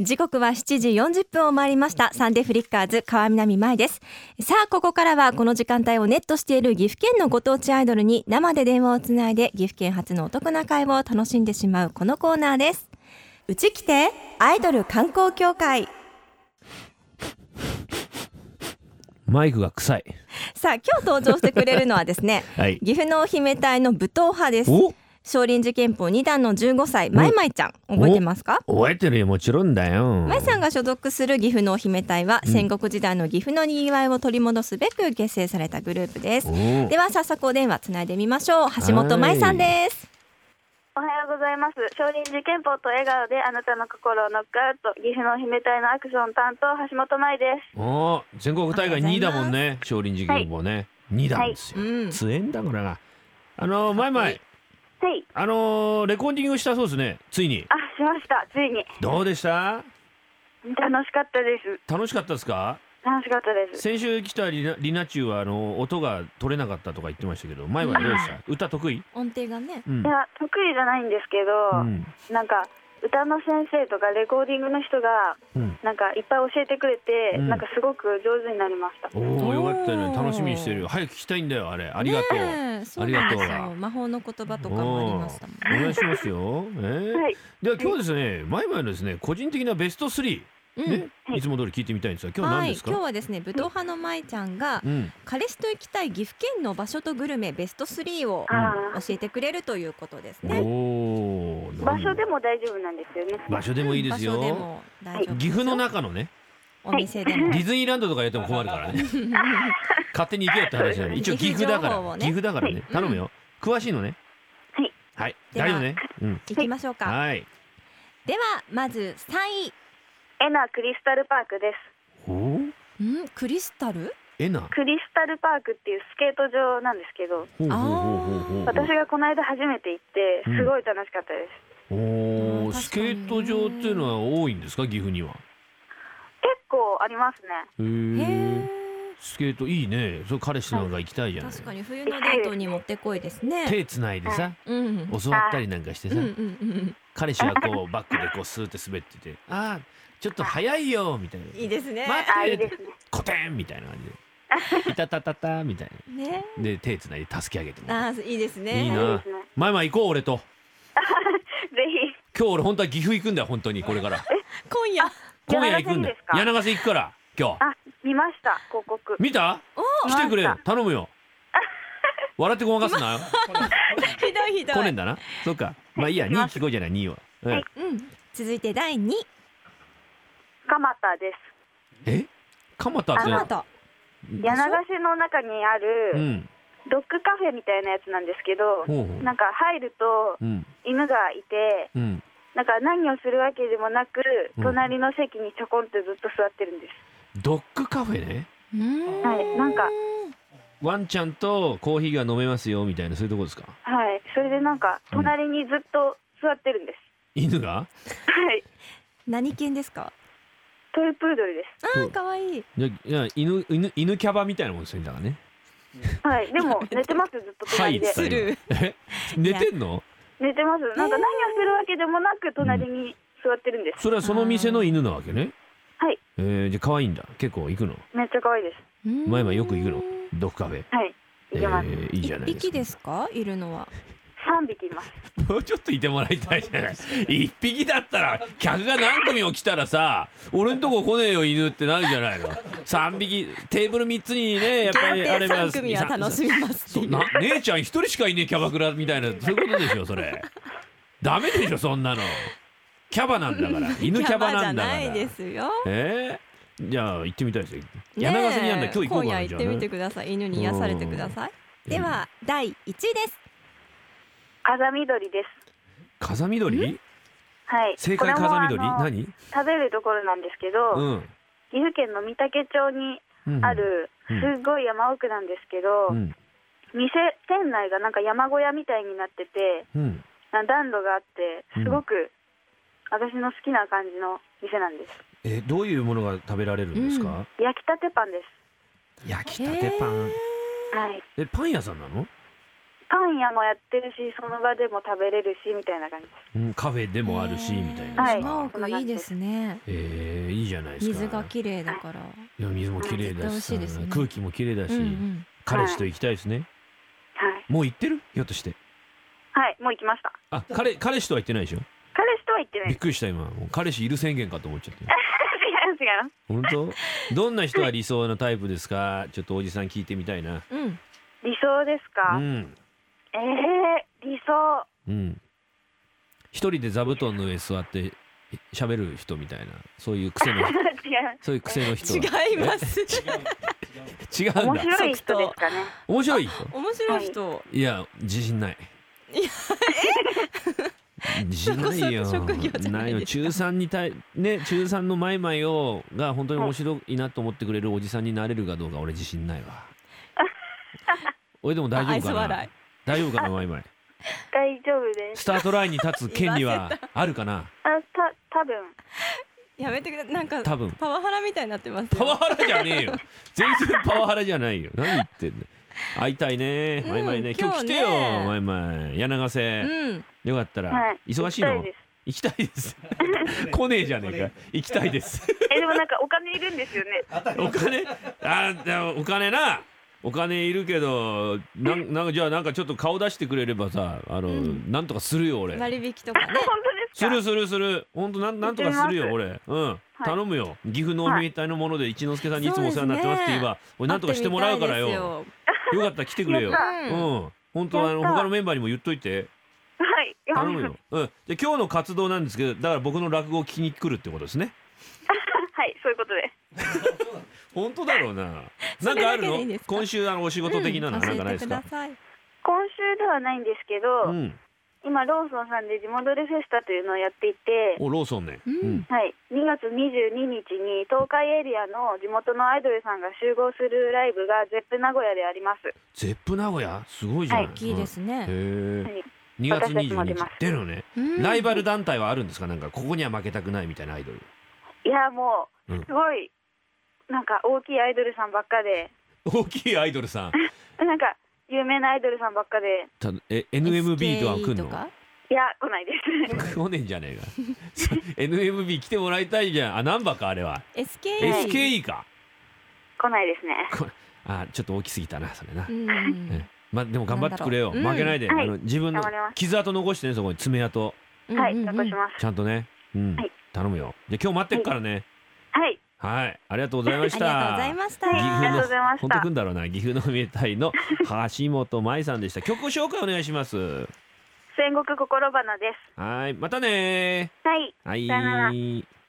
時刻は7時40分を回りましたサンデーフリッカーズ川南舞ですさあここからはこの時間帯をネットしている岐阜県のご当地アイドルに生で電話をつないで岐阜県初のお得な会を楽しんでしまうこのコーナーですうち来てアイドル観光協会マイクが臭い。さあ今日登場してくれるのはですね はい。岐阜のお姫隊の武闘派ですお少林寺拳法2段の15歳まいまいちゃん覚えてますか覚えてるよ、もちろんだよ。まいさんが所属する岐阜のお姫隊は戦国時代の岐阜のにぎわいを取り戻すべく結成されたグループですおでは早速お電話つないでみましょう橋本まいさんですおはようございます少林寺拳法と笑顔であなたの心をノックアウト岐阜の姫隊のアクション担当橋本舞ですおー全国大会2位だもんね、少林寺拳法ね。2段ですうよ。ん。強えんだ、これが。あのー、前々、はいあのーレコーディングしたそうですね、ついに。あしましたついにどうでした楽しかったです楽しかったですか楽しかったです先週来たリナリナチュウは、あのー音が取れなかったとか言ってましたけど、前はどうでした歌得意音程がねうんい。や得意じゃないんですけうど、ん。なんか歌の先生とかレコーディングの人がうん。なんかいっぱい教えてくれて、うんなんかすごく上手になりましたおおよかったよね。楽しみにしてるよ。早く聞きたいんだよ、あれ。ありがとう。ねえそうありがなんとうですよ魔法の言葉とかもありましたもんお願いしますよ。えーはいでは今日ですね、まいまいのですね、個人的なベスト3、うんね、いつも通り聞いてみたいんですが、今日は何いですか？今日はですね武闘派のまいちゃんがうん、彼氏と行きたい岐阜県の場所とグルメベスト3をんあー教えてくれるということですおねおー、場所でもも大丈夫なんですよね場所でもいいです場所でよ。も大丈夫ですよ岐阜の中のね、お店でデもィズニーランドとかやっても困るから ね。勝手に行けよって話なの。一応岐阜だか岐阜情報をら、ね岐阜だからね、頼むよ。詳しいのね。はい。はい、では大丈夫ね。うん。行きましょうか、はい。ではまず3エナクリスタルパークですおお、位んクリスタルえな。クリスタルパークっていうスケート場なんですけどほうほうほうほうほうほう私がこの間初めて行ってうんすごい楽しかったです、おうんお、確スかにケート場っていうのは多いんですか、岐阜には。結構ありますねへへえ。えスケートいいね。そう彼氏なんか行きたいじゃない。確かに冬のデートにもってこいですね手つないでさ、うんうん教わったりなんかしてうさ、んうん彼氏はこうバックでこうスーって滑ってて、ああ、ちょっと早いよみたいな。いいですね待あいっいでてすねコテンみたいな感じで。いたたたたみたいねな。で手つないで助け上げてもあらう。ーいいですねいいなそうですねまあまあ行こう俺と。ぜひ今日俺本当は岐阜行くんだよ本当にこれから。今夜今夜行くんだよ。柳柳ヶ瀬行くから今日。あ見ました広告見た？お来てくれわかっ頼むよ。笑ってごまかすなよ。ひどいひどい来ねえんだな。そっか。まあいいや。二聞こうじゃない二は。うんはいうん続いて第2位蒲田ですえ？蒲田ってトマ。ト柳ヶ瀬の中にあうるん。ドッグカフェみたいなやつなんですけどほうほうなんか入るとうん。犬がいてうん。なんか何をするわけでもなくうん隣の席にちょこんってずっと座ってるんですドッグカフェね。うーんはいなんかワンちゃんとコーヒーが飲めますよみたいなそういうとこですか。はいそれでなんか隣にずっと座ってるんです犬が？はい何犬ですかトイプードルであすー可愛いいじゃいや犬犬犬キャバみたいなもんですよねだからね。はい、でも寝てます、ずっと隣では。いスルーえ？寝てんの？寝てます。なんか何をするわけでもなく、隣に座ってるんです。それはその店の犬なわけね。はい。えー、じゃあ可愛いんだ。結構行くの。めっちゃ可愛いです。うーん前々よく行くの。ドッグカフェ。はい、えいけます。ー、いいじゃ一ないですか。匹ですかいるのは三匹います。もうちょっといてもらいたいじゃない一匹だったら客が何組も来たらさ俺んとこ来ねえよ犬ってなるじゃないの三匹テーブル三つにねやっぱりあれ限定ば三組は楽しみますってそいうな姉ちゃん一人しかいねえキャバクラみたいなそういうことでしょそれダメでしょそんなのキャバなんだから犬キャバなんだからキャバじゃないですよ。えーじゃあ行ってみたいですよねえ柳ヶ瀬にあるんだ今日行こうか今な夜行ってみてください。犬に癒されてください。うんでは第一位です。風緑です。風見鶏はい。正解これも風見鶏あの何食べるところなんですけど、うん岐阜県の御嵩町にうんある、うんすっごい山奥なんですけうど、ん店店内がなんか山小屋みたいになってて、うんなんか暖炉があって、うんすごく私の好きな感じの店なんです。えどういうものが食べられるんですか、焼きたてパンです。焼きたてパンはい。えパン屋さんなのパン屋もやってるしその場でも食べれるしみたいな感じですうん、カフェでもあるしみたいなはさい山奥いいですね。えー、いいじゃないですか水が綺麗だから。いや水も綺麗だし絶対美味しいですね空気も綺麗だし、うんうん。彼氏と行きたいですねはい、もう行ってるひょっとしてはい、もう行きましたあ彼彼氏とは行ってないでしょ彼氏とは行ってないびっ違いくりした今もう彼氏いる宣言かと思っちゃってます 違います本当どんな人が理想のタイプですかちょっとおじさん聞いてみたいなうん。理想ですか、うんええー、理想 うん一人で座布団の上座って喋る人みたいなそういう癖の違いますそういう癖の人 違います。違うんだ面白い人ですかね面白い人 面白い人。いや自 信ないいや自信ないよそこそこ職業じゃないよですか中3にたいね中3のマイマイをが本当に面白いなと思ってくれるおじさんになれるかどうか俺自信ない わ俺でも大丈夫愛想か笑ない大丈夫かなマイマイ大丈夫ですスタートラインに立つ権 利はあるかなあた多分やめてください。なんか多分パワハラみたいになってますよ。パワハラじゃねえよ全然パワハラじゃないよ何言ってんの会いたいねうんマイマイね今今日日来ねてよマイマイ柳ヶ瀬うん。よかったらはい忙しい行のきたです行きたい です。来ねえじゃねえか。行きたいです。えでもなんかお金いるんですよねお金、 あ、でもお金な。お金いるけど、なん、なんか、じゃあ、なんかちょっと顔出してくれればさ、あの、うんなんとかするよ、俺。割引とかね 本。当ですすかるするする、本当なん、なんとかするよ、俺。うん、い頼むよ。岐阜農民隊のもので、一之輔さんにいつもお世話になってますって言えば、俺なんとかしてもらうからよ。会っよてみかったら来てくれよ。やったうたいですよ。ん、本当、あの、やった他のメンバーにも言っといて。はいいや頼むよ。うん、じゃあ、今日の活動なんですけど、だから、僕の落語を聞きに来るってことですね。 はいそういうことで本当だろうな。な そんれかあるだけのでいいんですか今週あのお仕事的なの、なんかないですうん教えかてくだ。さい。今週ではないんですけうど、ん。今ローソンさんで地戻りフェスタというのをやっていておローソンね。ううんん。はい、2月22日に東海エリアの地元のアイドルさんが集合するライブがゼップ名古屋でありますゼップ名古屋すごいじゃない。は大きいですうん。ね。へはいえ。2月私たちも22出日ます出るのね。うんライバル団体はあるんですかなんかここには負けたくないみたいなアイドル。いやもううんすごいなんか大きいアイドルさんばっかで大きいアイドル さん。なんか有名なアイドルさんばっかでたえ NMB とは来ん SKE とのかいや来ないです 去年じゃねえか。NMB 来てもらいたいじゃん。あ何番かあれは。 SKE。 SKE か。来ないですねあちょっと大きすぎたなそれなう。ん。まあでも頑張ってくれよ。なんだろう負けないで。うんあの自分のはい頑張ります傷跡残してねそこに爪痕。はいうんうんうん残しますちゃんとね、うん、はい頼むよ。じゃあ今日待ってっからね。はいはい、ありがとうございましありた。がとうございました。はいありがとうございました本当くんだろうな、岐阜の名隊の橋本舞さんでした。曲紹介お願いします。戦国心花ではい、またねすはいはいさよなら。